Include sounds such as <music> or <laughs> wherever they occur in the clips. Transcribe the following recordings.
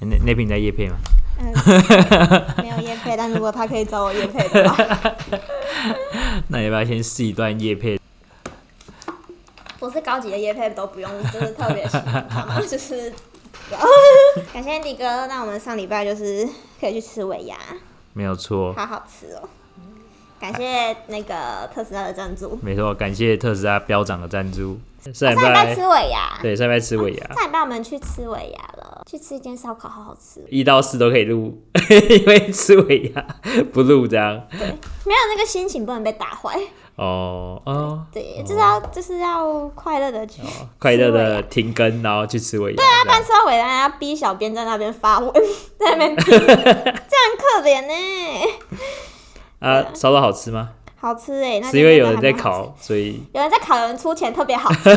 那边你在夜配吗？ <laughs> 嗯， <laughs> 没有夜配，但如果他可以找我夜配 <laughs> 的话，那要不要先试一段夜配？不是高级的夜配都不用，就是特别辛苦他 <laughs> 们，就是 <laughs> 不要。感谢迪哥，让我们上礼拜就是可以去吃尾牙，没有错，好好吃哦。感谢那个特斯拉的赞助，没错，感谢特斯拉标长的赞助。上礼上礼拜拜吃尾牙，对啊上礼拜吃尾牙，上礼拜我们去吃尾牙了，去吃一间烧烤，好好吃。一到四都可以录， <laughs> 因为吃尾牙不录这样。没有那个心情不能被打坏，哦哦，对，就是要就是要快乐的去。快乐吃尾的牙啊停更，然后去吃尾牙。这但样是要伟大，要逼小编在那边发文， <laughs> 在那边 <laughs> 逼，这样很可怜呢、啊，烧肉好吃吗？好吃哎、那是因为有人还在蛮好吃，烤，所以有人在烤，有人出钱，特别好吃。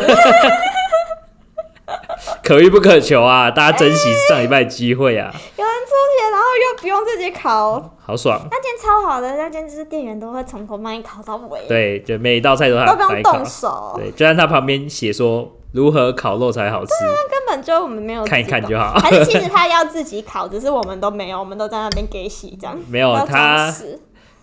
可遇不可求啊！大家珍惜上礼拜的机会啊，有人出钱，然后又不用自 <laughs> 己烤，好爽。那间超好的，那间就是店员都会从头帮你烤到尾，对，啊就每一道菜都都他不用来烤动。手，对，就像他旁边写说如何烤肉才好吃，根本就我们没有看一看就好。好。还是其实他要自己烤，只是我们都没有，我们都在那边给洗这样。没有要装他饰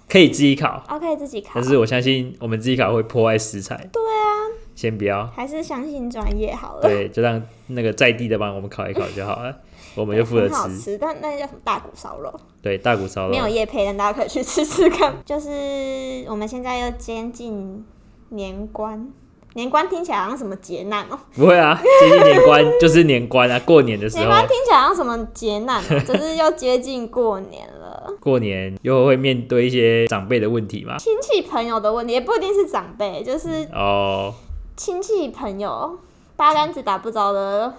可以自己烤，哦，可以自己烤但。是我相信我们自己烤会破坏食材。对啊，先不要。还是相信专业好了。对，就让那个在地的帮我们烤一烤就好了，我们就负责很好吃。吃，但那叫什么大骨烧肉，对，大骨烧没有肉，叶配，但大家可以去吃吃看。 <laughs> 就是我们现在又接近年关，年关听起来好像什么劫难哦、不会啊，接近年关 <laughs> 就是年关啊，过年的时年候，关听起来好像什么劫难、哦，就是又接近过年了。过年又会面对一些长辈的问题嘛。亲戚朋友的问题也不一定是长辈，就是哦，亲戚朋友八竿子打不着的，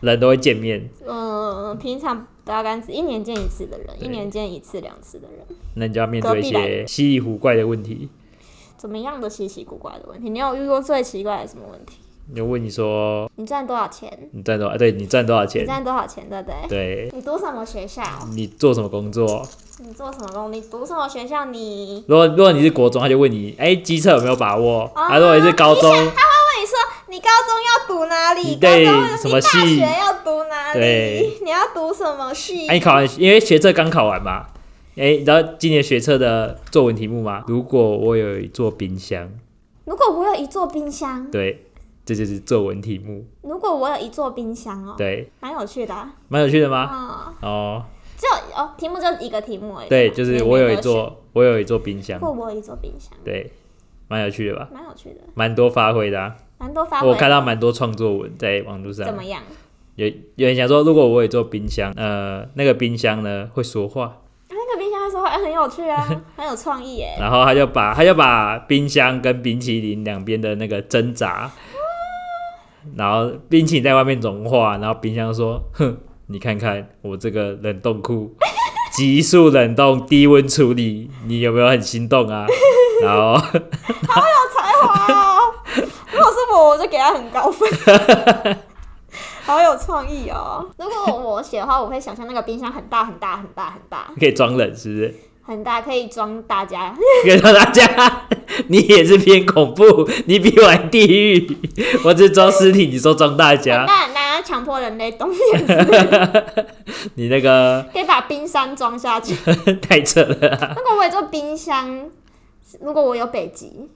人都会见面，嗯，平常八竿子一年见一次的人，对一年见一次两次的人，那你就要面对一隔壁来些稀里糊怪的问题。怎么样的稀奇古怪的问题？你有遇过最奇怪的什么问题？就问你说你赚多少钱？你赚多少？对你赚多少你钱？赚多少钱，对不对？对你读什么学校？你做什么工作？你做什么工？你读什么学校？你如果如果你是国中，他就问你，哎、机测有没有把握？啊啊，如果你是高中，问你说你高中要读哪里？你高对中什么系你大学要读哪里对？你要读什么系？哎、你考完，因为学测刚考完嘛。哎、你知道今年学测的作文题目吗？如果我有一座冰箱，如果我有一座冰箱，对，这就是作文题目，如果我有一座冰箱哦，对，蛮有趣的啊。蛮有趣的吗？嗯哦，只有哦，题目就一个题目而已。对，吧就是我有一。座，我有一座冰如箱，果我有一座冰箱，对，蛮有趣的吧？蛮有趣的，蛮多发挥的、啊，蛮多发挥。我看啊到蛮多创作文在网络怎上么，样？有有人想说，如果我有一座冰箱，呃，那个冰箱呢会说话，那个冰箱说话哎很有 <laughs> 趣啊，很有创意耶。然后他就把他就把冰箱跟冰淇淋两边的那个挣扎，然后冰淇淋在外面融化，然后冰箱说：“哼，你看看我这个冷冻 <laughs> 库，急速冷冻、低温处理，你有没有很心动啊？”然后才华哦！如果是我，我就给他很高 <laughs> 分。好有创意哦！如果我写的话，我会想象那个冰箱很大很大很大很大可以装冷，是不是？很大，可以装大啊家。跟大家，你也是偏恐怖，你比我还地狱。我只装尸体，你说装大很 <laughs> 家，大很大，强迫人类冬天你那个可以把冰山装下 <laughs> 去。太扯了啊、如果我有做冰箱，如果我有北极，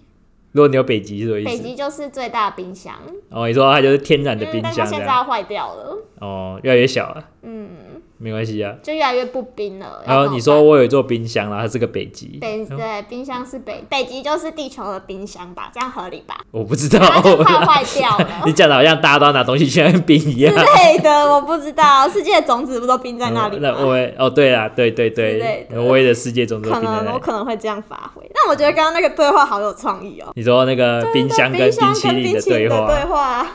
如果你有北极，是什么意北思？极就是最大的冰箱，哦，你说它就是天然的嗯冰但它箱现这在样，要坏掉了，哦，越来越小了，嗯，没关系啊。就越来越不冰了。然后要哦怎你么说办我有一座冰箱，然后它是个北极，北对冰箱是北北极就是地球的冰箱吧？这样合 <laughs> 理吧？我不知道，它就快坏掉 <laughs> 你了讲的好像大家都要拿东西去那边冰一之样。类的，我不知道。世界的种子不都冰 <laughs> 在那里嗯吗？那我也哦，对啦，对对之类对，的挪威的世界中都可冰在能那我里。可能会这样发挥。但我觉得刚刚那个对话好有创意哦、你说那个冰箱跟冰箱冰淇跟淋冰的淇对淋的对话话，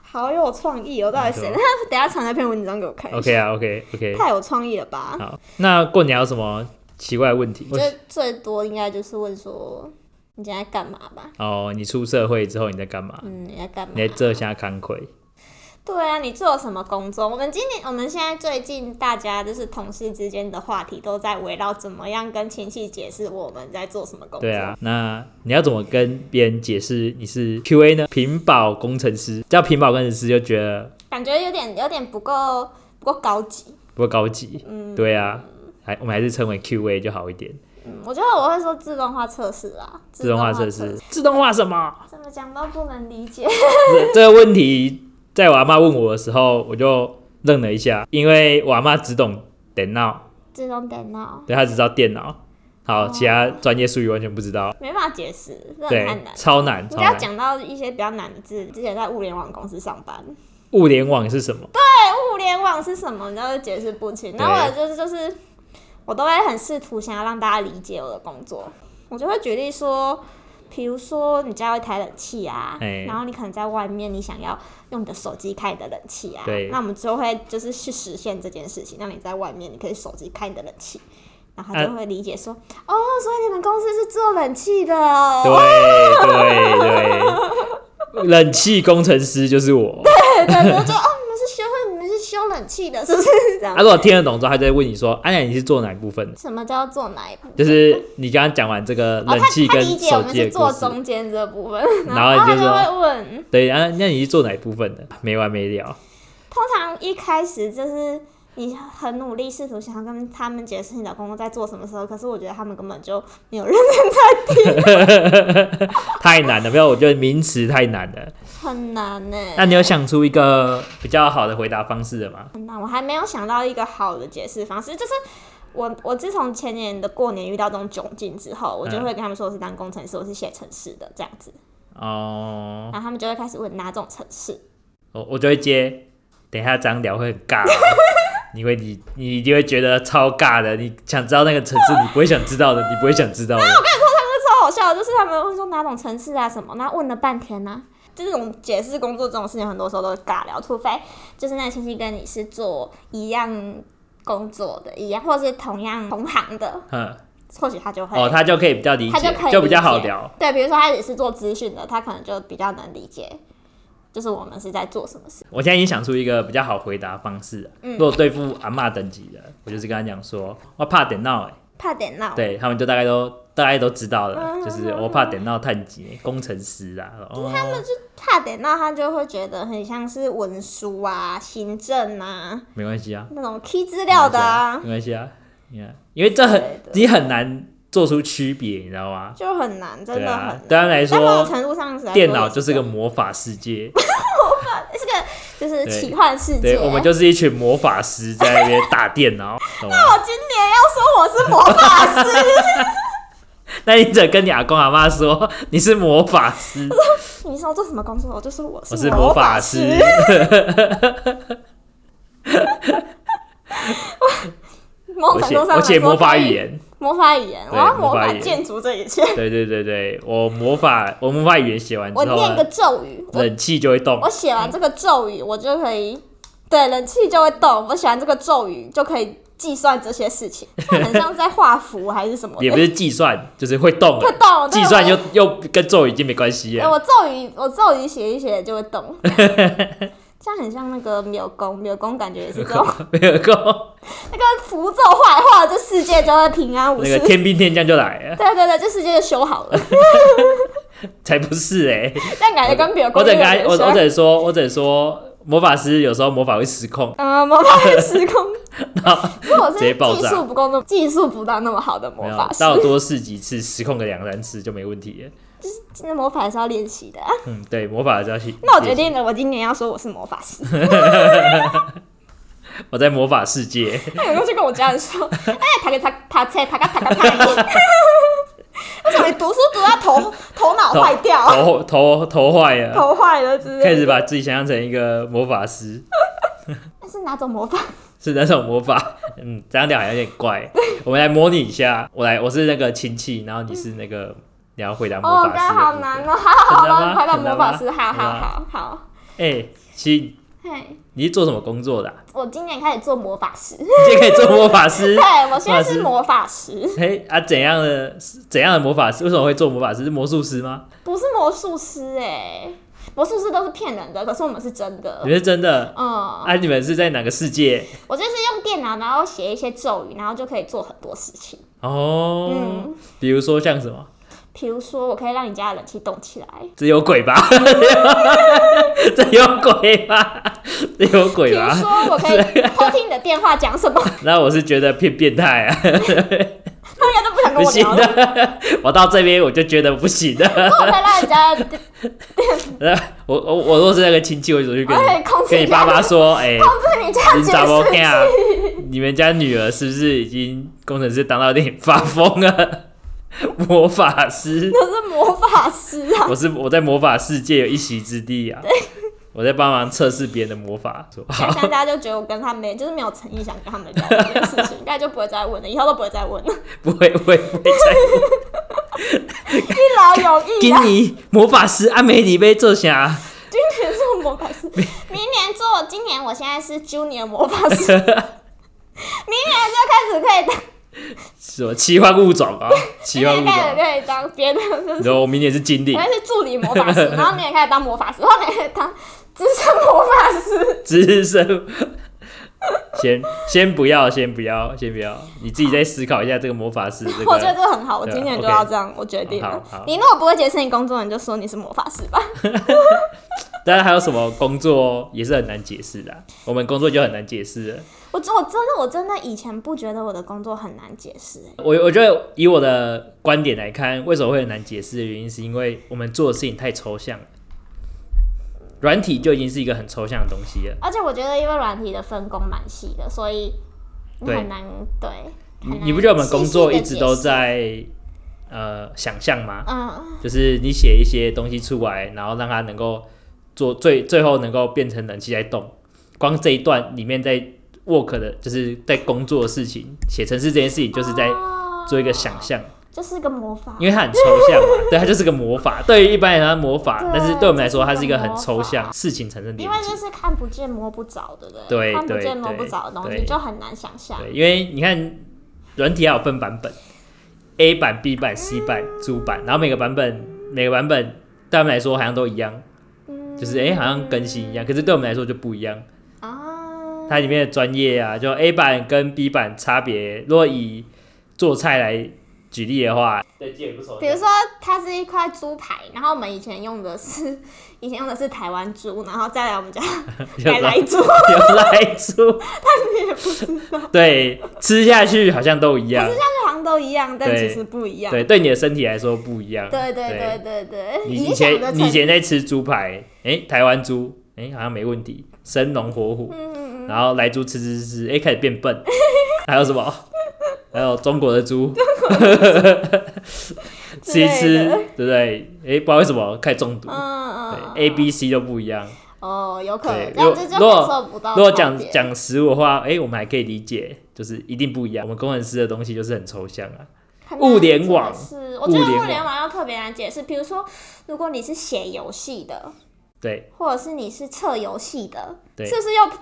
好有创意哦、到底谁？没错那 <laughs> 等一下传那篇文章给我看一下，OK 啊，OK OK，太有创意了吧？好。那过年还有什么奇怪的问题？我觉得最多应该就是问说你现在干嘛吧？哦，你出社会之后你在干嘛？嗯，你在干嘛？你在这下康亏，对啊，你做了什么工作？我们今年，我们现在最近大家就是同事之间的话题都在围绕怎么样跟亲戚解释我们在做什么工作。对啊，那你要怎么跟别人解释你是 QA 呢？屏保工程师叫屏保工程师就觉得感觉有点有点不够不够高级，不够高级。嗯，对啊，还我们还是称为 QA 就好一点。嗯我觉得我会说自动化测试啦，自动化测设施，自动化什么？怎么讲都不能理解。 <laughs> 这这个问题，在我阿妈问我的时候，我就愣了一下，因为我阿妈只懂电脑，自动电脑对她只知道电脑，好，哦其他专业术语完全不知道，没办法解释，这很对太难，。超难，你超要难。讲到一些比较难的字，之前在物联网公司上班，物联网是什么？物联网是什么，你都解释不清。对那我也就是就是，我都会很试图想要让大家理解我的工作，我就会举例说，比如说你家会开冷气啊，哎然后你可能在外面，你想要用你的手机开你的冷气啊对，那我们就会就是去实现这件事情，让你在外面你可以手机开你的冷气。呃然后他就会理解说，哦，所以你们公司是做冷气的哦，对对对，冷气工程师就是我。对对对，就哦，你们是学会，你们是修冷气的，是不是这样啊他、？如果听得懂之后，他就会问你说：“哎、呀，你是做哪一部分的什么叫做哪一部？？”就是你刚刚讲完这个哦，冷他气他跟理解我手们机是的故做事，中间这部分， <laughs> 然后你他就就说会问。对，啊，那你是做哪一部分的？没完没了。通常一开始就是你很努力试图想要跟他们解释你的工作在做什么时候，可是我觉得他们根本就没有认真在太难了，没有，我觉得名词太难了。听，很难欸呢、那你有想出一个比较好的回答方式了吗？很难，我还没有想到一个好的解释方式，就是。我我自从前年的过年遇到这种窘境之后，我就嗯会跟他们说我是当工程师，我是写程式的这样子，哦然，后他们就会开始问哪种程式，我我就会接。等一下这样聊会很尬，你会你你一定会觉得超尬的。你想知道那个层次，你不会想知道的，你不会想知道的。 <laughs> 超好笑的，就是他们会说哪种城市啊什么，那问了半天呢、这种解释工作这种事情，很多时候都是尬聊，除非就是那个亲戚跟你是做一样工作的，一样或是同样同行的，嗯，或许他就会、哦，他就可以比较理他解，就可以比较好理解聊。。对，比如说他也是做资讯的，他可能就比较能理解，就是我们是在做什么事。我现在已经想出一个比较好回答方式了。嗯如果对付阿嬷等级的，我就是跟他讲说，我怕点闹、欸，怕点闹，对他们就大概都大概都知道了，嗯就是我怕点到探级工程师啦。哦，怕点闹，他就会觉得很像是文书啊、行政啊没关系啊，那种 key 资料的啊，没关系啊，你看，因为这很对的你很难做出区别，你知道吗？就很难，真对的很难啊。，对他们来在某种说，程度上来说，电脑就是个魔法世 <laughs> 界，是个就是奇幻世界。对我们就是一群魔法师在那边打电脑，懂吗？我哦今年要说我是魔法师， <laughs> 那你只跟你阿公阿妈说你是魔法师，你说我做什么工作，我就说我我是魔魔法师。师。某我种程写度上来说我写魔法语可以，言，魔法语言，我对要魔魔法法语言建筑这一切。对对对对，我魔法我魔法语言写完我之后念个呢，咒语，我冷气就会动我。写完这个咒语，我就可以对冷气就会动。我写完这个咒语就可以计算这些事情， <laughs> 这很像在画符还是什么的？也不是计算，就是会动会了。动，对计算我又又跟咒语已经没关系哎、了。我咒语，我咒语写一写就会懂，这样很像那个秒宫，秒宫感觉也是这种，没有够，那个符咒坏话，这世界就会平安无那事。个天兵天将就来了，对对对，这世界就修好了，才不是哎、这样感觉跟秒我宫只有能跟他点我我只像。能说，我只能说，魔法师有时候魔法会失控，嗯，魔法会失控，因为我直接是爆技炸术不够那么技术不到那么好的魔没有法师到，多试几次，失控个两三次就没问题了。那魔法是要练习的啊、嗯，对，魔法就要去。那我决，定了，我今年要说我是魔法师。我在魔法世界， <laughs> 那有时候就跟我家人说，哎，塔个塔塔切塔个塔个塔，为什么你读书读到头头脑坏掉？头头头坏了， <laughs> 头坏了之开类始的。把自己想象成一个魔法师，那是哪种魔法？是那种魔法。 <laughs> 嗯，这样讲好像有点 <laughs> 怪。我们来模拟一下，我来，我是那个亲戚，然后你是那个，你要回 <laughs> 答魔法哦，师的部分。刚好难哦，好好 <laughs> 好，很难我吗们拍到很难魔吗法师，好好很难好好。哎、其嘿，你是做什么工作的啊、 <laughs> 我今年开始做魔法师， <laughs> 你现在可以做魔法师对。我现在是魔法师，哎、啊，怎样的怎样的魔法师？为什么会做魔法师？是魔术师吗？不是魔术师哎，魔术师都是骗人的，可是我们是真的你。们是真的？嗯，啊，你们是在哪个世界？我就是用电脑，然后写一些咒语，然后就可以做很多事情。哦，嗯，比如说像什么？比如说，我可以让你家的冷气动起来，这有鬼吧？ <laughs> 这有鬼吧？这有比鬼如吧？说，我可 <laughs> 以偷听你的电话讲什么，那我是觉得偏变态啊，他应该都不想跟不我行聊了。的。 <laughs> 我到这边我就觉得不行的。 <laughs> 那我可以让人家的我我我若是那个亲戚，我走去跟我可以你控制跟你你爸家爸说，哎、控制你家你咋不解释。干啊？你们家女儿是不是已经工程师当到有点发疯了？ <laughs> 魔法师，我是魔法师啊！我是我在魔法世界有一席之地啊！我在帮忙测试别人的魔法。说好现在大家就觉得我跟他没，就是没有诚意想跟他们聊这件事情，应该就不会再问了，以后都不会再 <laughs> 问了。不会不会不会再一劳永 <laughs> 逸今啊！年魔法师阿梅里被做啥？ <laughs> <laughs> 今年做魔法师，明年做，今年我现在是 Junior 魔法 <laughs> 师，明年就开始可以当，什么奇幻物种啊？奇幻明物年开种。始 <laughs> 可以当别的，就是然后我明年是精灵我，会是助理魔 <laughs> 法师，然后明年开始当魔法师，后年可以当资深魔法师。资深。 <laughs> 先先不要，先不要，先不要，你自己再思考一下这个魔法师这我觉得个。这个很好，我今年就要这样，我决定了啊好好。你如果不会解释你工作，你就说你是魔法师吧。当然还有什么工作也是很难解释的啊、我们工作就很难解释了。我我真的我真的以前不觉得我的工作很难解释、欸，我我觉得以我的观点来看，为什么会很难解释的原因，是因为我们做的事情太抽象了。软体就已经是一个很抽象的东西了。而且我觉得因为软体的分工蛮细的，所以你对很难对。你很难你不觉得我们工作细一细地直都解释？在呃想象吗？嗯，就是你写一些东西出来，然后让它能够做最最后能够变成冷气在动。光这一段里面在 work 的，就是在工作的事情，写程式这件事情，就是在哦做一个想象。就是个魔法，因为它很抽象嘛，对，它就是个魔法。对于一般人来说魔法对，但是对我们来说，它是一个这是一很个抽魔法象事情产生连因为接就。是看不见摸不着，对不对？对看不对见摸不对着的东西对就很难想象。对，因为你看软体还有分版本，A 版、B 版、C 版、嗯主版，然后每个版本每个版本对他们来说好像都一样，嗯就是哎、诶好像更新一样，可是对我们来说就不一样。啊，它里面的专业啊，就 A 版跟 B 版差别，如果以做菜来举例的话，对，记也不错比如说，它是一块猪排，然后我们以前用的是，以前用的是台湾猪，然后再来我 <laughs> 们家再 <laughs> 来猪，有来猪，对，吃下去好像都一样，好像都一样，但对其实不一样。对，对你的身体来说不一样。对对对对对，你影以响的前你程以度。前在吃猪排，诶，台湾猪，诶，好像没问题，生龙活虎，嗯，嗯然后来猪吃吃吃，诶，开始变笨，还有什么？还有中国的猪， <laughs> 吃一之吃类的，对不对？诶，不知道为什么开始中毒，嗯嗯对，A、B、C 都不一样。哦，有可能，对这样子就如果感受不到差如别。果讲讲食物的话，诶，我们还可以理解，就是一定不一样。我们工程师的东西就是很抽象啊，很难物联网解释我觉得物联物网联网要特别难解释。比如说，如果你是写游戏的，对，或者是你是测游戏的，对是不是又就是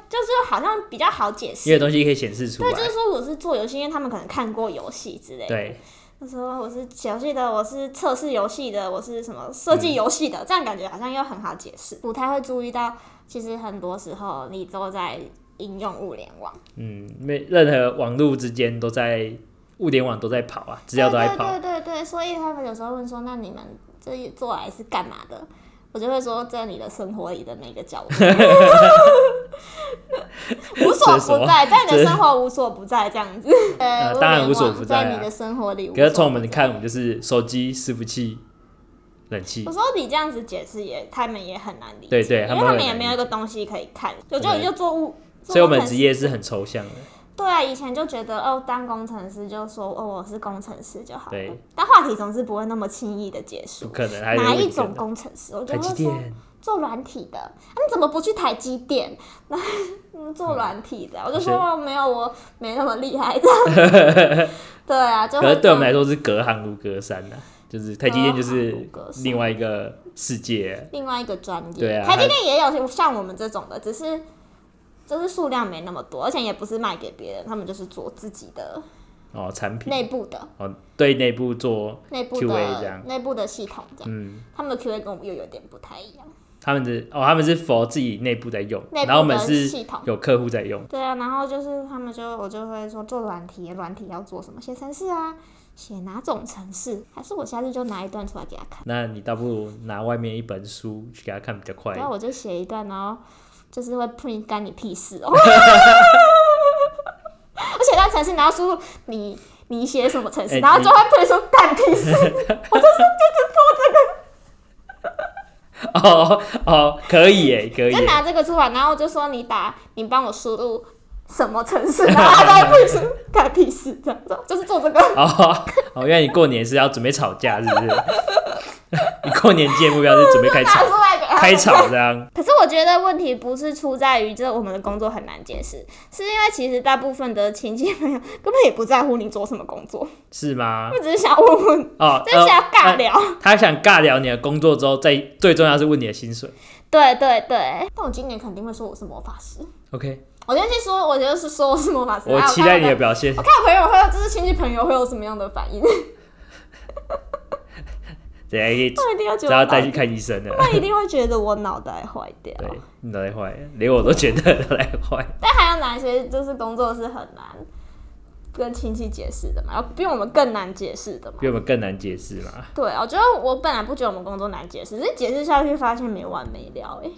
好像比较好解因为释？东西可以显示出来对，就。是说我是做游戏，因为他们可能看过游戏之类的。对，他说我是写游戏的，我是测试游戏的，我是什么设计游戏的，这样感觉好像又很好解释，不太会注意到，其实很多时候你都在应用物联网，嗯，没任何网络之间都在物联网都在跑啊，资料都在对跑。对对对对，所以他们有时候问说，那你们这做来是干嘛的？我就会说，在你的生活里的每 <laughs> 个角落，无所不在，在你的生活无所不在，这样子。呃当然无所不在啊在你的生活里无所不在。可是从我们看，我们就是手机、伺服器、冷气我，说你这样子解释也，他们也很难理解，对对他们因为会他很们也难没有一个东西可以看，我觉我得们你就做物，做所以我工们程职师业是很抽象的。对啊，以前就觉得哦，当工程师就说哦，我是工程师就好了对，但话题总是不会那么轻易的结不束。可能，还有哪问一题种哦的工程师？我就台积会说电，做软体的，啊、你怎么不去台积电？那嗯做软体的，我就说是哦没有，我没那么厉害这样。 <laughs> 对啊，就可会是对我们这样来说是隔行如隔山呐、就是台积电就隔行如是隔山另外一个世界啊、另外一个专业。对啊台积电也有像我们这种的，只是就是数量没那么多，而且也不是卖给别人，他们就是做自己的哦，产品内部的哦，对内部做，内部 QA 这的样内部的系统这样。嗯，他们的 QA 跟我们又有点不太一样。他们的哦，他们是否自己内部在用，内部的然后我们是系统有客户在用，对啊，然后就是他们就我就会说做软体，软体要做什么写程式啊，写哪种城市，还是我下次就拿一段出来给他看。那你倒不如拿外面一本书去给他看比较快然。后我就写一段，然后就是会 print 干你屁事哦。 <laughs> 我写一段城市，然后输入你你写什么城市，哎然后你就会 print 说干屁 <laughs> 事。哦哦，可以耶， <laughs> 可以就耶。拿这个出来，然后我就说你打，你帮我输入什么城市，然后他在 <laughs> 屁事，干屁事这样子，就是做这个。哦哦，原来你过年是要准备吵架，是不是？ <laughs> 你过年见目标是准备开拿 <laughs> 吵，出来给他开吵这样。可是我觉得问题不是出在于这我们的工作很难解释，是因为其实大部分的亲戚朋友 <laughs> 根本也不在乎你做什么工作，是吗我？只是想问问，哦，就是想尬呃聊。 <laughs> 呃他想尬聊你的工作之后，再最重要是问你的薪水。对对对，但我今年肯定会说我是魔法师， OK，我就去说，我就是说我是魔法师。我啊期看待我你的表现 <laughs> 我。看我朋友会有，就是亲戚朋友会有什么样的反应？他等一下们一定要觉只得要我带脑去看医生的。他们一定会觉得我脑袋坏掉。 <laughs> 对，你脑袋坏，连我都觉得脑袋坏。但还有哪些就是工作是很难跟亲戚解释的嘛？然后比我们更难解释的嘛？比我们更难解释嘛。 <laughs> 对，啊我觉得我本来不觉得我们工作难解释，只是解释下去发现没完没了哎、欸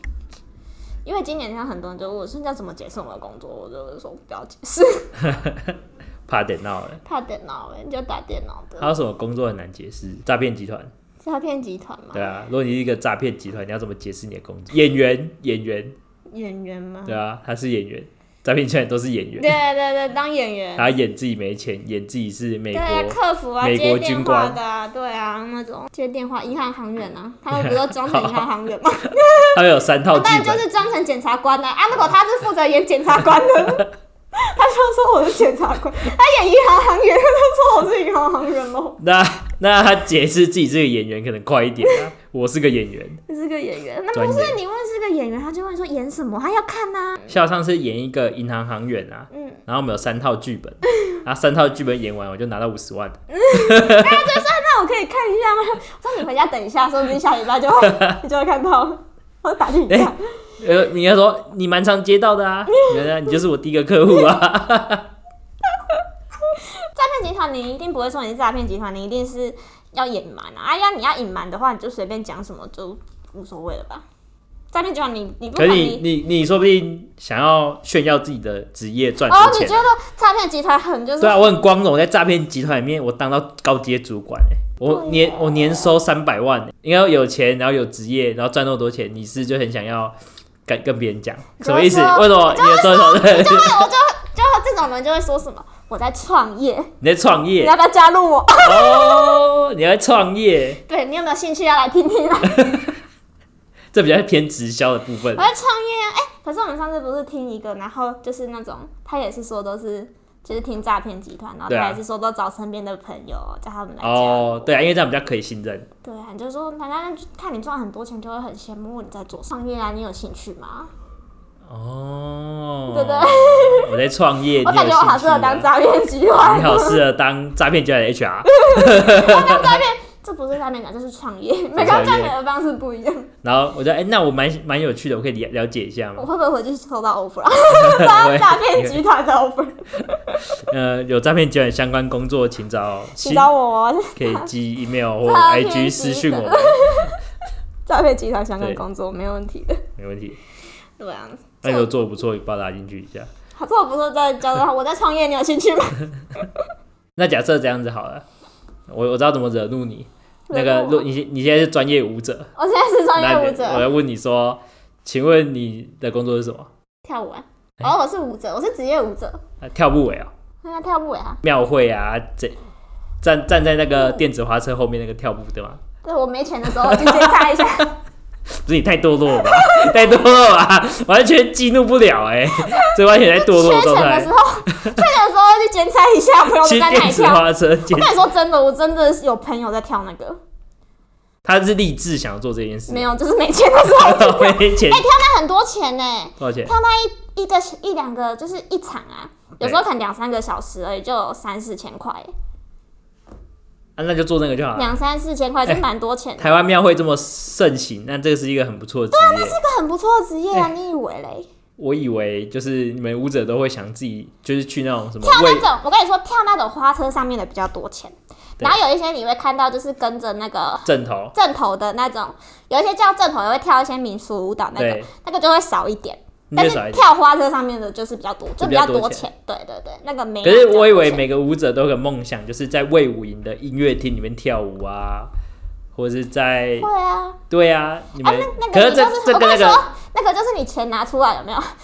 因为今年像很多人就问我说要怎么解释我们的工作，我就说不要解释，怕点闹了。怕电脑哎、欸，就打电脑的还有什么工作很难解释？诈骗集团，诈骗集团嘛对，啊。如果你是一个诈骗集团，你要怎么解释你的工作？演员，演员，演员嘛，对啊，他是演员，诈骗集团都是演员，对对对，当演员，他演自己没钱，演自己是啊美对啊，国。客服啊，美接国电军话官的啊，对啊，那种接电话，银行行 <laughs> 员啊，他们不是都装成银行行员吗？他有三 <laughs> 套剧当然就本，是装成检察官的啊。如果他是负责演检察官的， <laughs> 他就说我是检察官；他演银行行员，他就说我是银行行员喽。那那他解释自己是个演员可能快一点啊。我是个演员，你是个演员，那专不业是你问是个演员，他就问说演什么，他要看啊呐、像我上次演一个银行行员啊，嗯然后我们有三套剧本，然后三套剧本演完我就拿到五十万，那我可以看一下吗？我说你回家等一下，说不定下礼拜 <laughs> 就会你就会看到了。我打听一下，呃，你要说你蛮常接到的啊，原来你就是我第一个客户啊。 <laughs> 诈骗集团你一定不会说你是诈骗集团，你一定是要隐瞒啊！哎呀，你要隐瞒的话，你就随便讲什么就无所谓了吧？诈骗集团你你不可管是你你你你说不定想要炫耀自己的职业赚哦，多你钱啊觉，得诈骗集团很就 <laughs> 是对啊，我很光荣，我在诈骗集团里面我当到高阶主管、欸、我对啊年我年收三百万、欸，应该有钱，然后有职业，然后赚那么多钱，你是就很想要跟跟别人讲你什就么会意思？说为什么你的收入？哦就会我就就会这种人就会说什么我在创业， <laughs> 你在创你业要不要加入我？哦，你在创业，对你有没有兴趣要来听听啊？我这比较偏直销的部分。在创业啊！哎、可是我们上次不是听一个，然后就是那种他也是说都是就是听诈骗集团，然后对啊他也是说都找身边的朋友叫他们来加入。哦，对啊，因为这样比较可以信任。对啊，你就说大家就看你赚很多钱就会很羡慕你在做创业啊，你有兴趣吗？哦，对不对？我在创业， <laughs> 我你有感觉我好兴趣啊适合当吗诈骗集团你，好适合当诈骗集团的 HR，这不是诈骗集团，这是创业，每个人赚钱的方式不一样。然后我就哎、那我蛮蛮有趣的，我可以了了解一下我吗？会不会回去收 <laughs> 到 offer 啊？喂诈骗集团的 offer， <laughs> 呃，有诈骗集团相关工作，请找请找我 <laughs> 哦，可以寄 email 或诈骗集团 IG 私讯我们，诈骗集团相关工作没问题的。没问题。对啊，那如果做的不错，把它拉进去一下。好，这我不是在教他，我在创业，你有兴趣吗？那假设这样子好了，我我知道怎么惹怒你。那惹个，怒我如你你现在是专业舞者，我现在是创那业舞你我者，要问你说，请问你的工作是什么？跳舞啊。哎哦，我是舞者，我是职业舞者，啊、跳步舞啊，那跳舞啊。庙会啊，这站站在那个电子花车后面那个跳步对吗？对，我没钱的时候去接洽一下，不是你太堕 <laughs> 落了吧？太堕落了吧？完全激怒不了哎、这完全在 <laughs> 堕落缺的状钱的态时。候，缺钱的时候去检查一下，朋友其实们在那电里子跳。花车，其我实跟你说真的，我真的是有朋友在跳那个，他是立志想要做这件事，没有，就是没钱的 <laughs> 时候。没钱哎、跳那很多钱呢、多少钱？跳到一一个一两个就是一场啊，有时候可能两三个小时而已，就有三四千块，啊，哎那就做那个就好了。两三四千块就蛮多钱的，台湾庙会这么盛行，那这个是一个很不错的职业。这个很不错的职业哎啊，你以为嘞？我以为就是你们舞者都会想自己，就是去那种什么跳为那种，我跟你说，跳那种花车上面的比较多钱，对然后有一些你会看到，就是跟着那个正头，正头的那种，有一些叫正头，也会跳一些民俗舞蹈那种，对，那个就会少一点。你但就是少一点。跳花车上面的就是比较多，就就比比较较多多钱。对对对，那个没。可是我以为每个舞者都有个梦想，就是在魏武营的音乐厅里面跳舞啊，或者是在会啊，对啊，你们、那可个是你就这是这我跟跟那你个说，那个就是你钱拿出来有 <laughs> 没有？哦，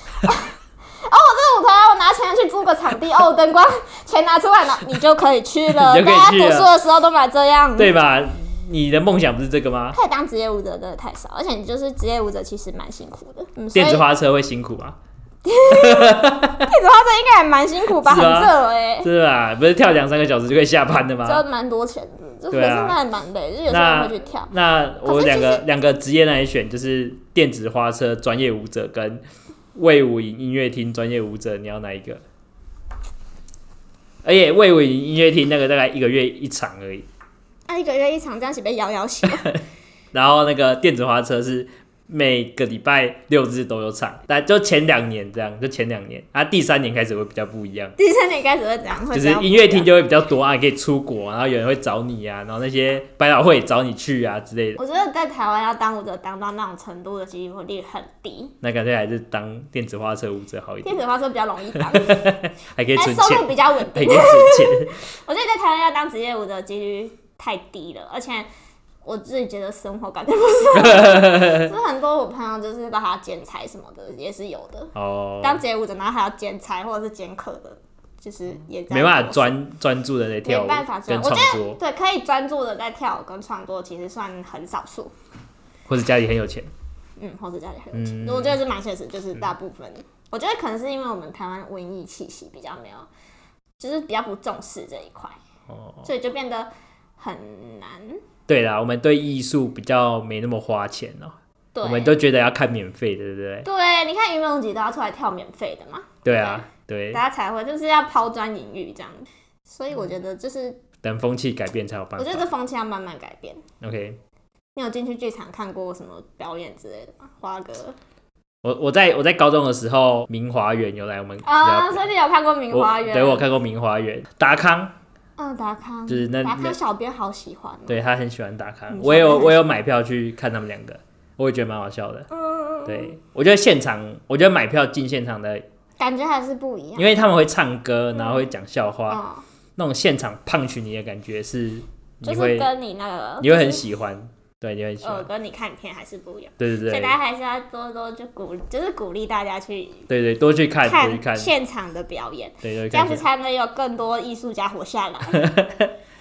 我这个舞团啊，我拿钱去租个场地，哦，灯光钱拿出来了，你就可以去 <laughs> 了。你就可以大家去读了书的时候都买这样。对吧？你的梦想不是这个吗？可以当职业舞者真的太少，而且你就是职业舞者，其实蛮辛苦的。嗯，所以电电子子花花车会辛苦啊，车应该还蛮辛苦吧，是很啊热哎、是吧？不是跳两三个小时就可以下班的吗？就蛮多钱的，就可啊对是啊那还蛮累，就有些人那会去跳。那可是我其两实个两个职业来选，就是电子花车专业舞者跟魏武营音乐厅专业舞者，你要哪一个？而且魏武营音乐厅那个大概一个月一场而已，那、啊一个月一场，这样岂不是摇摇醒？然后那个电子花车是每个礼拜六日都有场，但就前两年这样，就前两年，啊，第三年开始会比较不一样， <laughs> 第三年开始会怎样？会就比是较音乐厅就会比较多啊，你可以出国，然后有人会找你啊，然后那些百老汇也找你去啊之类的，我觉得在台湾要当舞者当到那种程度的机会率很低，那干脆还是当电子花车舞者好一 <laughs> 点，电子花车比较容易 <laughs> 当，还可以但存收钱，入比较稳 <laughs> 还可以定。存钱，我觉得在台湾要当职业舞者的几率太低了，而且我自己觉得生活感觉不是很好，就是 <laughs> 很多我朋友就是把他兼差什么的也是有的，哦， <laughs> 当职业舞者然后还要兼差或者是兼课的，就是也在没办法做专专注的在跳没舞办法专跟我创觉作，对，可以专注的在跳舞跟创作，其实算很少数。或者家里很有钱，嗯，或者家里很有钱，我觉得是蛮现实，就是大部分，我觉得可能是因为我们台湾文艺气息比较没有，就是比较不重视这一块，哦，所以就变得很难。对啦，我们对艺术比较没那么花钱哦、对，我们都觉得要看免费的，对不对？对，你看于梦吉都要出来跳免费的嘛，对啊，对，大家才会就是要抛砖引玉这样。所以我觉得就是，等风气改变才有办我觉得法。这风气要慢慢改变。 OK，你有进去剧场看过什么表演之类的吗？花哥我我在我在高中的时候，明华园有来我们啊，学所校以你有看过《名我花园》？对我有看过明华园，达康嗯，达康，就是那达康那小编好喜欢哦。对他很喜欢达康嗯，我也小有朋友我也有买票去看他们两个，我也觉得蛮好笑的。嗯，对，我觉得现场，我觉得买票进现场的，感觉还是不一样。因为他们会唱歌，然后会讲笑话，嗯，那种现场胖取你的感觉是，就你是会跟你那个，你会很喜欢，对，你会很喜就是呃，欢，跟你看片还是不一样。对对所以对大，家还是要多多就鼓，就是鼓励大家去对对，多去看，多去看，现场的表演，对，多去这样看子现场，才能有更多艺术家活 <laughs> 下来，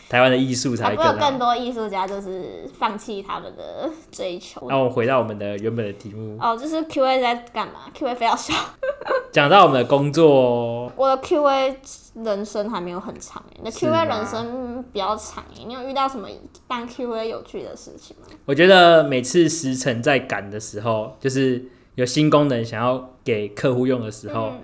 台湾的艺术才才啊会不会有更好更。多艺术家就是放弃他们的追求。那我们回到我们的原本的题目，哦，就是 Q A 在干嘛？Q A 非要笑。讲到我们的工作，哦我的 Q A 人生还没有很长耶欸你的 Q 是啊 A 吗人生比较长耶你有遇到什么当 Q A 有趣的事情吗？我觉得每次时程在赶的时候，就是有新功能想要给客户用的时候、嗯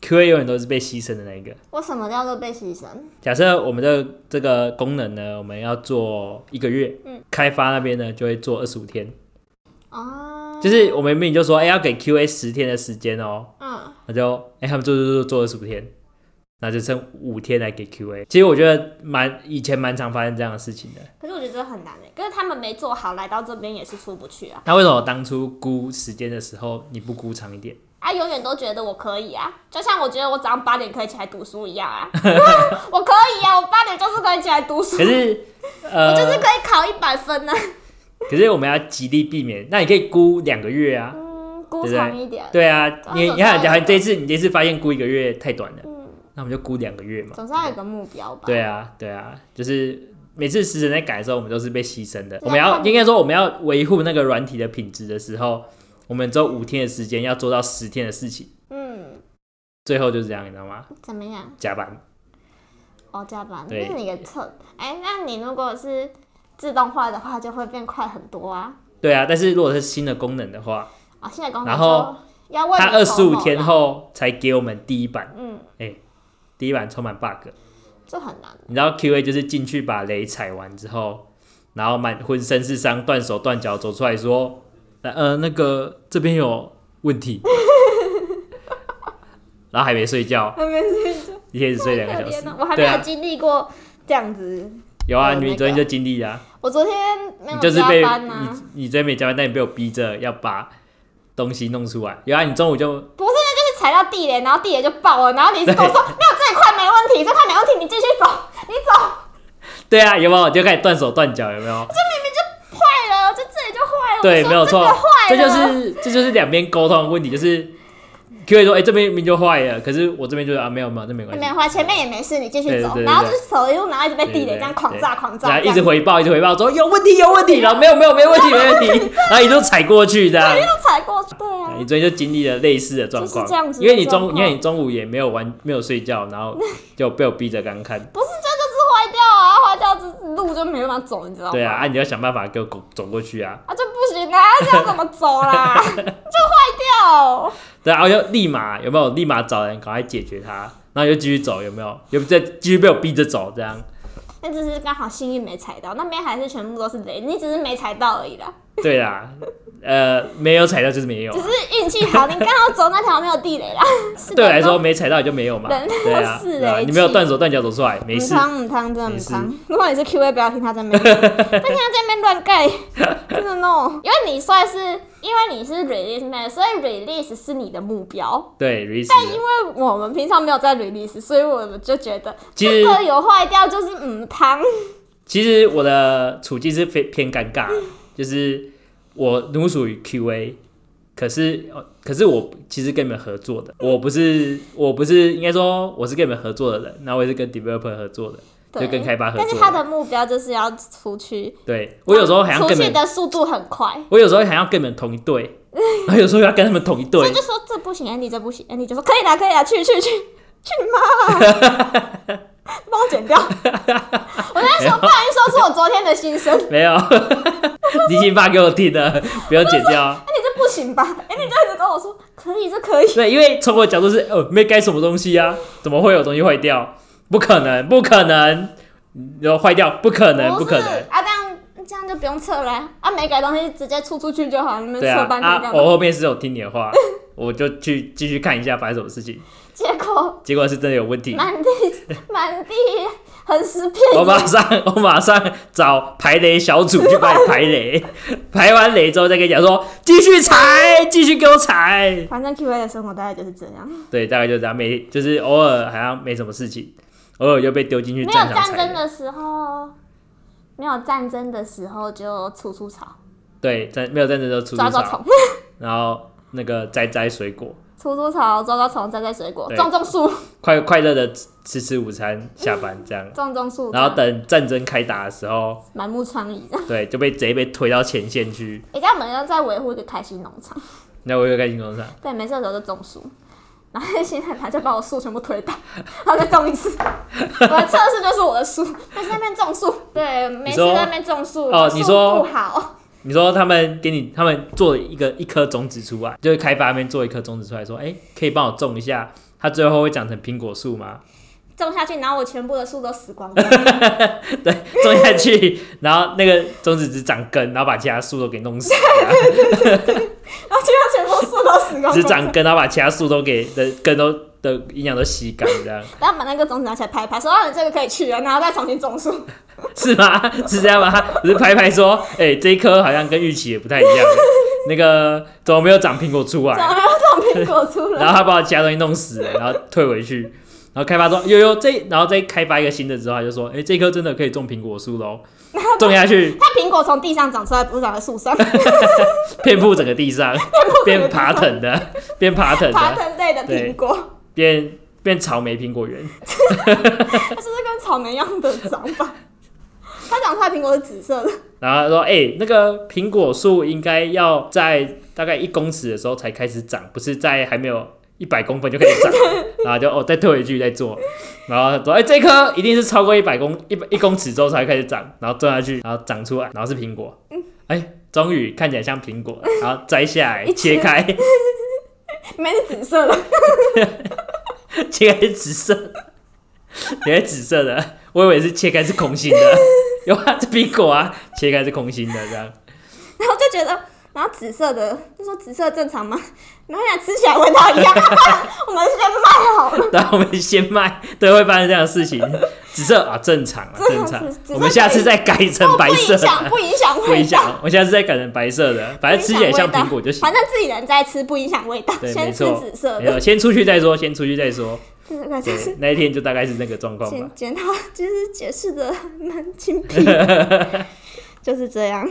q a 永远都是被牺牲的那一个。我什么叫做被牺牲？假设我们的这个功能呢，我们要做一个月，嗯开发那边呢就会做二十五天，哦，就是我们明明就说，哎、要给 QA 十天的时间哦、嗯，那就哎、他们做做做做二十五天，那就剩五天来给 QA。其实我觉得蛮以前蛮常发生这样的事情的。可是我觉得这很难欸诶，可是他们没做好，来到这边也是出不去啊。那为什么当初估时间的时候你不估长一点？啊，永远都觉得我可以啊，就像我觉得我早上八点可以起来读书一样 <laughs> 啊，我可以啊，我八点就是可以起来读书，可是，我呃，就是可以考一百分呢、啊。可是我们要极力避免。那你可以估两个月啊，嗯，估长一点，对啊，啊你有你看，道假如理你这一次你这次发现估一个月太短了，嗯那我们就估两个月嘛。总是要有个目标吧。对啊，对啊，就是每次时辰在改的时候，我们都是被牺牲的。我对啊们看要你应该说我们要维护那个软体的品质的时候，我们只有五天的时间要做到十天的事情，嗯，最后就是这样，你知道吗？怎么样？加班。哦，加班，这对是你的策。哎、那你如果是自动化的话，就会变快很多啊。对啊，但是如果是新的功能的话，啊，现在工作然后就要问它二十五你天头脑啦，后才给我们第一版，嗯，第一版充满 bug。这很难。你知道 QA 就是进去把雷踩完之后，然后满浑身是伤、断手断脚走出来说：“呃呃，那个这边有问 <laughs> 题。”然后还没睡觉，还没睡一天只睡两个可小怜哦啊时呢，我还，没对有啊，经历过这样子有啊，有你那昨天个就经历啊，我昨天没你有就是加被班啊，你你昨天没加班，但你被我逼着要把东西弄出来。有啊，你中午就不是，那就是踩到地雷，然后地雷就爆了，然后你一直跟我说，没有这一块没问题，这块没问题，你继续走，你走。对啊，有没有？就开始断手断脚，有没有？坏了，这这里就坏了。对，我说没有错这个坏这了，就是这就是两边沟通的问题，就是可以说，哎、这边明明就坏了，可是我这边就是啊，没有没有，这没关系没，有坏，前面也没事，你继续走，对对对对然后就是手一路，然后一直被地对对雷对这样狂炸狂炸，然后一这直样回报，一直回报，说有问题有问题，然后没有没有没问题没问题， <laughs> 然后一路踩过去这样。都踩过去，对啊你，昨天就经历了类似的状况，就是这样子的因为你中，状因况为你中午也没有玩，没有睡觉，然后就被我逼着刚看。不是这就是坏掉啊，坏掉这路就没办法走，你知道吗？对啊，啊，你要想办法给我走走过去啊！啊，这不行啊，这样怎么走 <laughs> 啦？就坏掉，对啊，我就立马有没有立马找人赶快解决它，然后又继续走，有没有？又再继续被我逼着走这样。那只是刚好幸运没踩到，那边还是全部都是雷，你只是没踩到而已啦， <laughs> 对啦，呃，没有踩到就是没有啊只，是运气好，你刚好走那条没有 <laughs> 地雷啦。是的对我来说没踩到也就没有嘛。人对啊，都是欸对啊雷你没有击断手断脚走出来，没母事。汤母汤真的没母事汤。如果你是 Q A，不要听他在那边，他听他在那边乱盖，真的 no。因为你算是，因为你是 release man，所以 release 是你的目标。对 r e 因为我们平常没有在 release，所以我们就觉得其实这个有坏掉就是母汤。其实我的处境是偏偏尴 <laughs> 尬，就是我奴属于 QA，可是呃可是我其实跟你们合作的，我不是我不是应该说我是跟你们合作的人，那我也是跟 developer 合作的，对，就跟开发合作但的是他的目标就是要出去，对我有时候好像哦出跟你去们，的速度很快。我有时候好像跟你们同一 <laughs> 队，然后有时候又要跟他们同一所队以，就说这不行，Andy 这不行，Andy 就说可以啦，可以啦，去去去去你妈啦！帮我剪 <laughs> 掉。我在说，不小心说出我昨天的心声，没有， <laughs> 你已经发给我听了，不要剪掉啊。哎、你这不行吧？哎、你就一直跟我说可以，这可以。对，因为从我的角度是，呃，没改什么东西啊，怎么会有东西坏掉？不可能，不可能，然后坏掉，不可能，不不可是能。啊，这样这样就不用测了啊，啊没改东西直接出出去就好，你们对测啊，半天啊，干我嘛？后面是有听你的话， <laughs> 我就去继续看一下发生什么事情，结果结果是真的有问题。满地满地横尸遍我 <laughs> 野，马上，我马上找排雷小组去帮你排雷，排完雷之后再跟你讲说，继续踩，继续给我踩。反正 Q A 的生活大概就是这样，对，大概就这样，没就是偶尔好像没什么事情，偶尔就被丢进去没有战场战踩争雷。的时候，没有战争的时候就处处草，对，战没有战争就出抓去抓吵虫。然后那个摘摘水果，出出草，抓抓虫，摘摘水果，对种种树，快快乐的吃吃午餐，下 <laughs> 班这样。种种树，然后等战争开打的时候，满目疮痍。 <laughs> 对，就被直接被推到前线去。哎、这样我们要在维护一个开心农场。那我又开心工厂，对，没事的时候就种树， <laughs> 然后现在他就把我树全部推倒， <laughs> 然后再种一次。我的测试就是我的树，他在那边种树，对，没事说在那边种树，哦树你说不好，你说他们给你，他们做了一个一颗种子出来，就是开发那边做一颗种子出来，说，哎，可以帮我种一下，它最后会长成苹果树吗？种下去，然后我全部的树都死光 <laughs> 了，对，种下去，然后那个种子只长根，然后把其他树都给 <laughs> 弄死，然后结果全部树都死光只了。长根，然后把其他树都给的根都的营养都吸干，这样然后把那个种子拿起来拍一拍，说：“啊，你这个可以去了。”然后再重新种树。是吗？ <laughs> 是这样吗？只是拍拍说，哎、这一颗好像跟预期也不太一样，那个怎么没有长苹果出来？ <laughs> 然后又种苹果出然来。后他把其他东西弄死了，然后退回去，然后开发说呦呦这，然后再开发一个新的之后，他就说，哎、这棵真的可以种苹果树喽，种下去 <laughs> 它苹果从地上长出来，不是长在树上，遍布整个地 <laughs> 上，变爬藤的，变爬藤爬的，藤类的 <laughs> 苹果，变变草莓苹果园，它就是跟草莓一样的长法。它长出来苹果是紫色的，然后他说，哎、那个苹果树应该要在大概一公尺的时候才开始长，不是在还没有。一百公分就开始长，然后就哦，再退回去再做，然后他说哎、这棵一定是超过一百公一百一公尺之后才开始长，然后种下去，然后长出来，然后是苹果，哎、终于看起来像苹果，然后摘下来一吃切开， <laughs> 里面是紫色的，切开是紫色，切开紫色的，我以为是切开 <laughs> 是空心的，有啊，这苹果啊，切开是空心的这样，然后就觉得然后紫色的就说紫色正常吗？然后想吃起来味道一样， <laughs> 我们先卖好了。但我们先卖，对，会发生这样的事情。紫色啊，正常啊，这正样子常紫。色我们下次再改成白不色影响，的，不影响不味影道，响。我下次再改成白色的，反正吃起来像苹果就行反。正自己人在吃，不影响味道。对，先没吃错紫色，没的，错，先出去再说，先出去再 <laughs> 说。对，那就对是，那一天就大概是那个状况吧检。检讨， <laughs> 就是解释的蛮精辟， <laughs> 就是这样。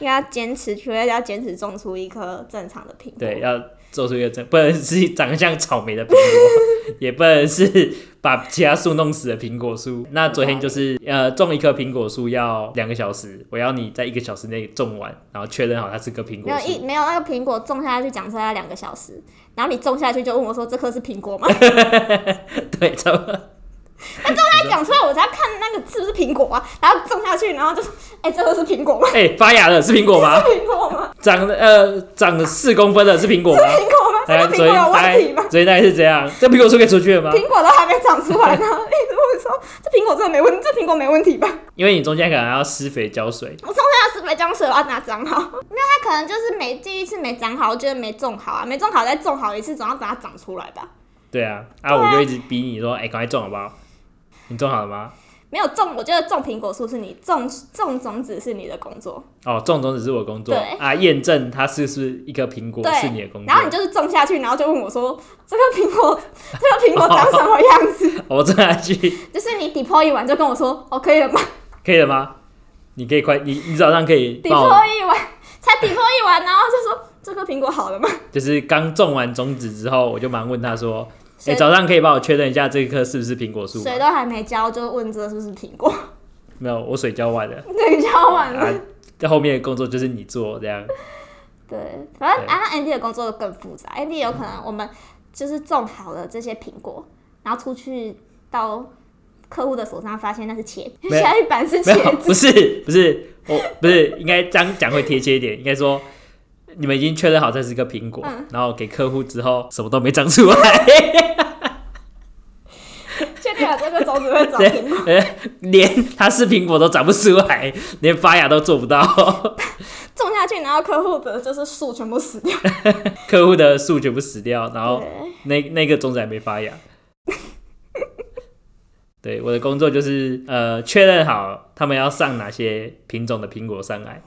要坚持，绝对要坚持种出一颗正常的苹果。对，要做出一个正，不能是长得像草莓的苹果， <laughs> 也不能是把其他树弄死的苹果树。那昨天就是呃，种一棵苹果树要两个小时，我要你在一个小时内种完，然后确认好它是棵苹没果有树一。没有那个苹果种下去，讲出来要两个小时，然后你种下去就问我说：“这颗是苹果吗？” <laughs> 对，差不多。他讲出来我才要看那个是不是苹果啊，然后种下去，然后就说：“哎、这颗是苹果吗？哎、发芽了，是苹果吗？苹果 <laughs> 吗？长得呃长了四公分了，是苹果吗？ <laughs> 苹果吗？这哎个苹果有大问概题吗？昨天大概是这样，这苹果树可以出去了吗？苹果都还没长出来呢，一直问说这苹果真的没问，这苹果没问题吧？因为你中间可能还要施肥浇水，我种下是没长水，我要拿长好。没有，它可能就是没第一次没长好，我觉得没种好啊，没种好再种好一次，总要等它长出来吧。对啊，啊对啊我就一直逼你说，哎、赶快种好不好？你种好了吗？没有种，我觉得种苹果树是你种种种子是你的工作，哦，种种只是我工作对啊，验证它是不是一颗苹果对是你的工作然。后你就是种下去，然后就问我说这个苹果这个苹果长什么样 <laughs> 子？哦我种下去就是你 deploy 完就跟我说哦可以了 <laughs> 吗可以了吗？你可以快，你你早上可以帮我， ？deploy 完才 deploy 完，然后就说这个苹果好了吗？就是刚种完种子之后，我就忙问他说，哎、谁早上可以帮我确认一下这棵是不是苹果树吗？水都还没浇就问这是不是苹果？ <laughs> 没有，我水浇完了对，浇完了。啊，这后面的工作就是你做这样。对，反正对啊那，Andy 的工作更复杂。Andy 有可能我们就是种好了这些苹果，然后出去到客户的手上，发现那是茄子，没有下一版是没有，茄子。不是不是，我不是应该这样讲会贴切一点，应该说你们已经确认好这是一个苹果，嗯然后给客户之后什么都没长出来， <laughs> 确定了这个种子会长苹果，连它是苹果都长不出来，连发芽都做不到，种下去，然后客户的就是树全部死掉。客户的树全部死掉，然后对，那那个种子还没发芽。 <laughs> 对，我的工作就是呃确认好他们要上哪些品种的苹果上来，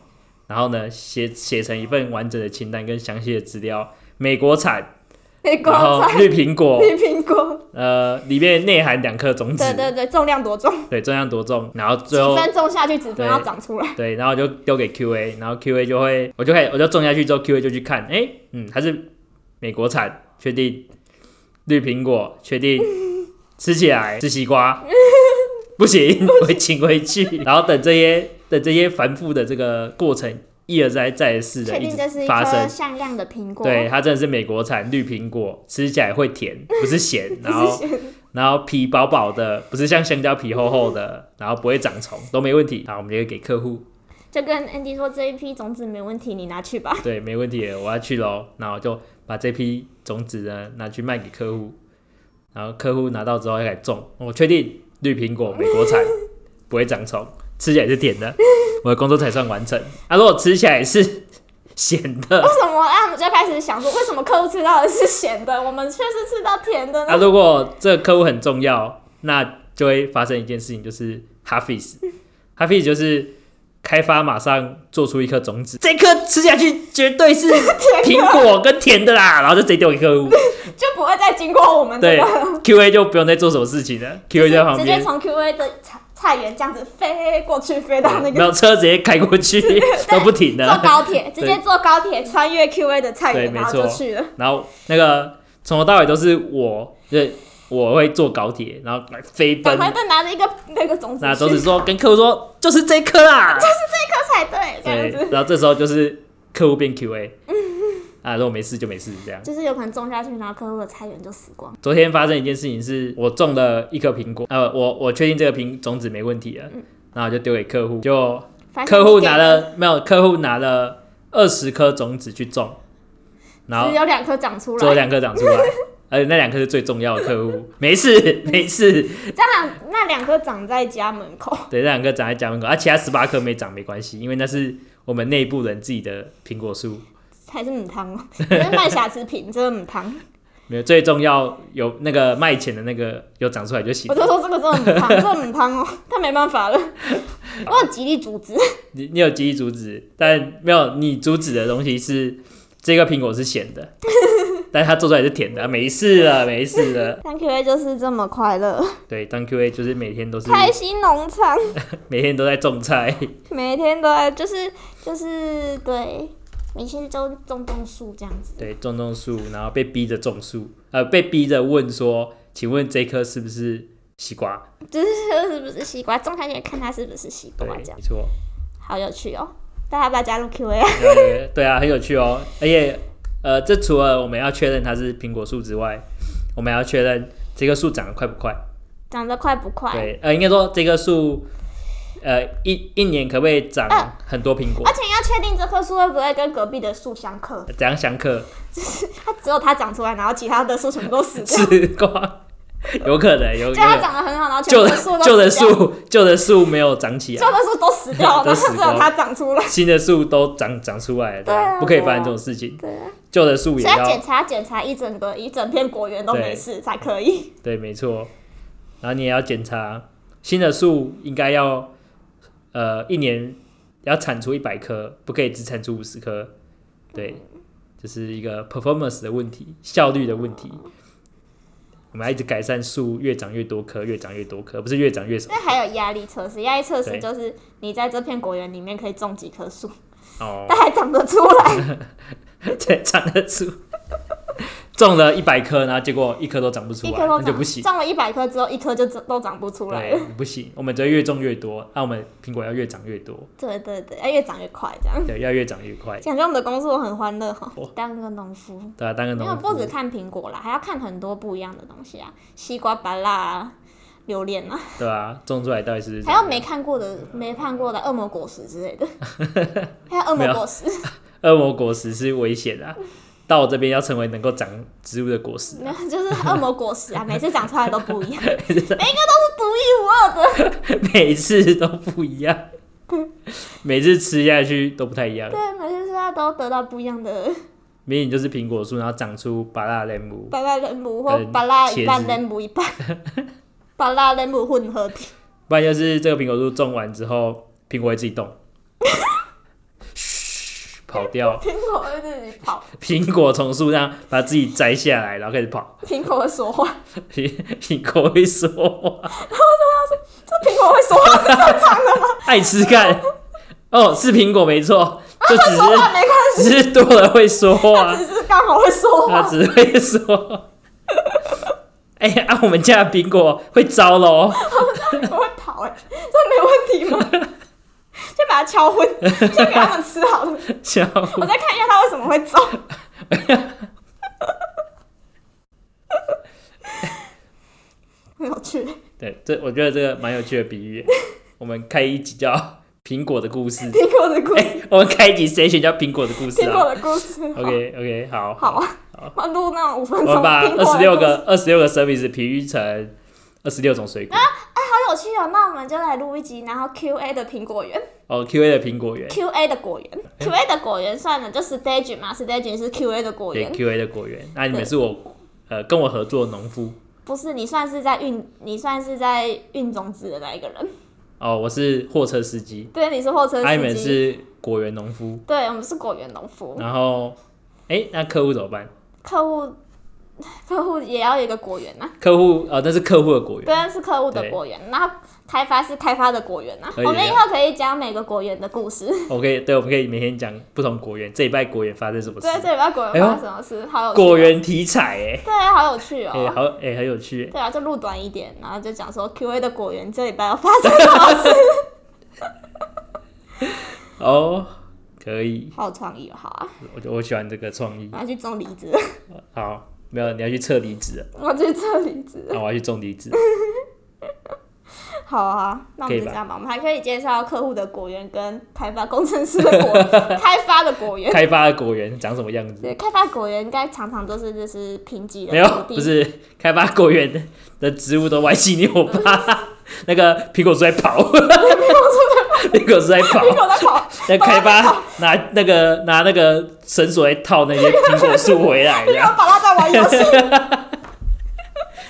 然后呢写写成一份完整的清单跟详细的资料，美国产。美 <laughs> 国然后菜、绿苹果，绿苹果， <laughs> 呃，里面内含两颗种子，对对对，重量多重？对重量多重，然后几最后分种下去，几分对要长出来？对，然后我就丢给 QA，然后 QA 就会，我就开始我就种下去之后，QA 就去看，哎、嗯，它是美国产，确定绿苹果，确定吃起来是西 <laughs> 瓜，不行，我请回去，然后等这些等这些繁复的这个过程一而再再而四的确一定直这是一发颗生。像样的苹果， <laughs> 对，它真的是美国产绿苹果，吃起来会甜，不是咸， <laughs> 不然后是咸然后皮薄薄的，不是像香蕉皮厚厚的，然后不会长虫，都没问题。好，我们就会给客户，就跟 Andy 说这一批种子没问题，你拿去吧。对，没问题了，我要去喽。然后我就把这批种子呢拿去卖给客户，然后客户拿到之后来种，我确定绿苹果美国产，不会长虫，吃起来是甜的，我的工作才算完成。啊，如果吃起来是咸的，为什么啊？我们就开始想说，为什么客户吃到的是咸的，我们却是吃到甜的啊，呢？如果这个客户很重要，那就会发生一件事情，就是哈菲斯，哈菲斯就是开发马上做出一颗种子，这颗吃下去绝对是苹果跟甜的啦，然后就直接丢给客户，就不会再经过我 <laughs> 们这对个， ，Q&A 就不用再做什么事情了，Q&A 就在旁直接边，从 QA 的菜菜园这样子飞过去，飞到那然个后车直接开过去都不停坐的，高铁，直接坐高铁穿越 QA 的菜园，对然后没就错去了。然后那个从头到尾都是我，就是我会坐高铁，然后来飞赶奔。快再拿着一个那个种子去，那种子说跟客户说就是这颗啦，这才对，这样对子。，然后这时候就是客户变 <laughs> QA，啊，如果没事就没事这样。就是有可能种下去，然后客户的菜园就死光。昨天发生一件事情是，我种了一颗苹果，呃，我我确定这个苹种子没问题了，嗯然后我就丢给客户，就发现客户你给拿了没有？客户拿了二十颗种子去种，然后只有两颗长出只有来，两颗长出 <laughs> 来，而且那两颗是最重要的客户，没事没事，这样那两颗长在家门口，对，那两颗长在家门口，啊，其他十八颗没长没关系，因为那是我们内部人自己的苹果树。还是母汤哦， <laughs> 你是卖瑕疵品，这是母汤。没有，最重要有那个卖钱的那个有长出来就行我。就说这个真 <laughs> 的母汤，这个母汤哦，但没办法了。我有极力阻止，你你有记忆阻止，但没有你阻止的东西是这个苹果是咸 <laughs> 的，但它做出来是甜的，啊没事了，没事了。但 QA 就是这么快乐。对，当 QA 就是每天都是开心农场，每天都在种 <laughs> 菜，每天都在，就是就是对，每天都种种树这样子。对，种种树，然后被逼着种树，呃，被逼着问说，请问这棵是不是西瓜？就是是不是西瓜，种下去看它是不是西对，瓜没这样，错，好有趣哦！大家要不要加入 Q&A 啊？呃对啊，很有趣哦。而且，呃，这除了我们要确认它是苹果树之外，我们还要确认这棵树长得快不快。长得快不快？对，呃，应该说这棵树，呃，一一年可不可以长嗯很多苹果而？且要确定这棵树会不会跟隔壁的树相克，怎样相克？它只有它长出来，然后其他的树全部都死掉。吃瓜？ <laughs> 有可能，有就可它能。长得很好，然后全旧部的树都旧的死掉，树，旧的树没有长起来，旧的树都死掉了，都然死后只有它长出来。新的树都长长出来了，对对吧啊不可以发生这种事情。对啊，旧的树也所以要要检查检查一整个一整片果园都没对事才可以。对，没错。然后你也要检查新的树应该要呃一年要产出一百棵，不可以只产出五十棵。对，这、是一个 performance 的问题，效率的问题。我们要一直改善树越长越多棵，越长越多棵，不是越长越 <laughs> 少那还有压力测试，压力测试对就是你在这片果园里面可以种几棵树，哦 <laughs> <laughs> 但。还长得出来，对，长的树种了一百棵，然后结果一棵都长不出一来，棵都那就长不行。种了一百棵之后，一棵就长都长不出来了对。，不行，我们只会越种越多，那、我们苹果要越长越多，对对对，要越长越快这样。对，要越长越快。感觉我们的工作很欢乐哈哦，当个农夫，对啊，当个因为农不只夫，看苹果啦，还要看很多不一样的东西啊，西瓜、芭辣啊、榴莲啊，对啊，种出来到底是还有没看过的、没看过的恶魔果实之类 <laughs> 的，还有恶没魔有果实，恶魔果实是危险的、啊，到我这边要成为能够长植物的果实，没有，就是恶魔果实啊，每次长出来都不 <laughs> 一样，每一个都是独一无二的。每次都不一样，每次吃下去都不太一样。对，每次他都得到不一样的明明就是苹果树，然后长出巴拉雷姆，巴拉人母或跟巴拉一茄半子人母一半， <laughs> 巴拉人母混合体。不然就是这个苹果树种完之后，苹果会自己动， <laughs> 嘘，跑掉，苹果会自己 <laughs> 跑，苹果从树上把自己摘下来，然后开始跑，苹果会说话，苹 <laughs> 苹果会说话，这苹果会说话，爱吃干，哦，是苹果没错，就只说话是没关 <laughs> 只是多了会说话系，，只是刚好会说他话。只会说。 <laughs> 哎、呀，啊，我们家的苹果会糟哦喽！我会跑、欸，这没问题吗？先把它敲昏，先给他们吃好了。 <laughs> 笑 <laughs> 我再看一下它为什么会走。 <laughs> 很有趣，对，这我觉得这个蛮有趣的比喻。我们开一集叫《苹果的故 <laughs> 事》，苹果的故事，我们开一集谁选叫苹果的故事苹果哎啊的故事。好？OK OK，好，好啊，我录那种五分我钟。们把苹果二的十六故事啊个二十六个 service 比喻成二十六种水果。好有趣哦，那我们就来录一集，然后 Q A 的苹果园哦，Q A 的苹果园， ，Q A 的果园，Q 哎 A 的果园算了，就 stage 嘛，stage 是 Q A 的果对园， Q A 的果园。那你们是我呃跟我合作的农夫不是你算是在运，你算是在运种子的那一个人，哦，我是货车司机，对，你是货车啊，你们司机，是果园农夫。对，我们是果园农夫，然后，哎、那客户怎么办？客户客户也要有一个果园呐、客户呃，那是客户的果园，对，是客户的对果园，那开发是开发的果园呐、可以我们以啊后可以讲每个果园的故事，我可以对，我们可以每天讲不同果园，这一拜果园发生什么事对，，啊这里边果哎园呦发生什么事，好有趣哦果，园题材、诶对，好有趣哦，哎、好哎、很有趣、诶对啊，就录短一点，然后就讲说 Q A 的果园这礼拜要发生什 <laughs> 么事，哦，可以，好有创意哦，好啊，我就我喜欢这个创意。我要去种梨子， <laughs> 好，没有你要去测离子了，我去种梨子，那我要去种离子。好啊，那我们可以就吧这样吧，我们还可以介绍客户的果园跟开发工程师的 <laughs> 果园，开发的果园，开发的果园长什么样子？对，开发果园应该常常都是就是贫瘠没的有，土不地，是开发果园的植物都歪七扭八， <laughs> 那个苹果树在 <laughs> 跑，苹果树在跑，苹果在跑，那开发拿那个拿那个绳索来套那些苹果树回来，这苹 <laughs> 样果把它在玩游戏，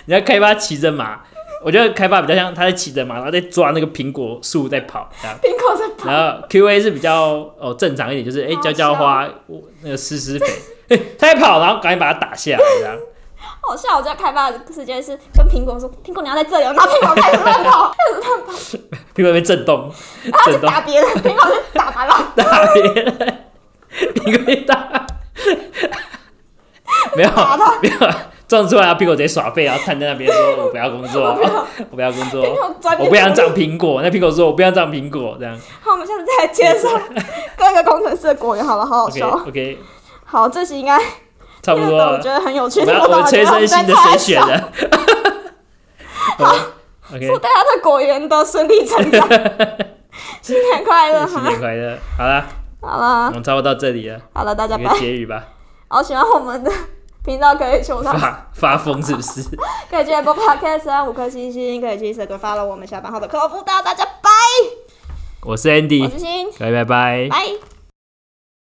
人家开发骑着马，我觉得开发比较像他在骑着马，然后在抓那个苹果树在跑这样。苹果在跑，然后 Q&A 是比较哦正常一点，就是哎好浇浇花，我那个施施肥，哎他在跑，然后赶紧把它打下来，这样。好笑！我在开发的时间是跟苹果说，苹果你要在这里哦，然后苹果开始乱跑，开始乱跑，苹果被震动，然后震去动打别人，苹果去啊打白了， <laughs> 打别人，苹果被打，没有打他没有撞出来，然后苹果直接耍废，然后瘫在那边说：“我不要工 <laughs> 作，我不要工作苹果转，变我不想长苹果。”那苹果说：“我不想长苹果。”这样好，我们下次再来介绍各个工程师的果园，好了，好好，OK 笑。 OK，好，这期应该差不听多得懂我了觉。得很有趣。我们要听我不懂们催觉生得在新的嘲神笑选的。 <laughs> 好，OK， <laughs> 祝大家在果园都顺利成长，新年快乐新哈！年快乐！好了，好我了，们差不多到这里了，好了，大家一拜个。结语吧。好，喜欢我们的频道可以去我上，发 <laughs> 发疯是不是？可以去 Apple Podcast 啊按五颗星星，可以去 Instagram follow 我们下班后的客服大家拜，我是我 Andy，是欣，各位拜拜。拜。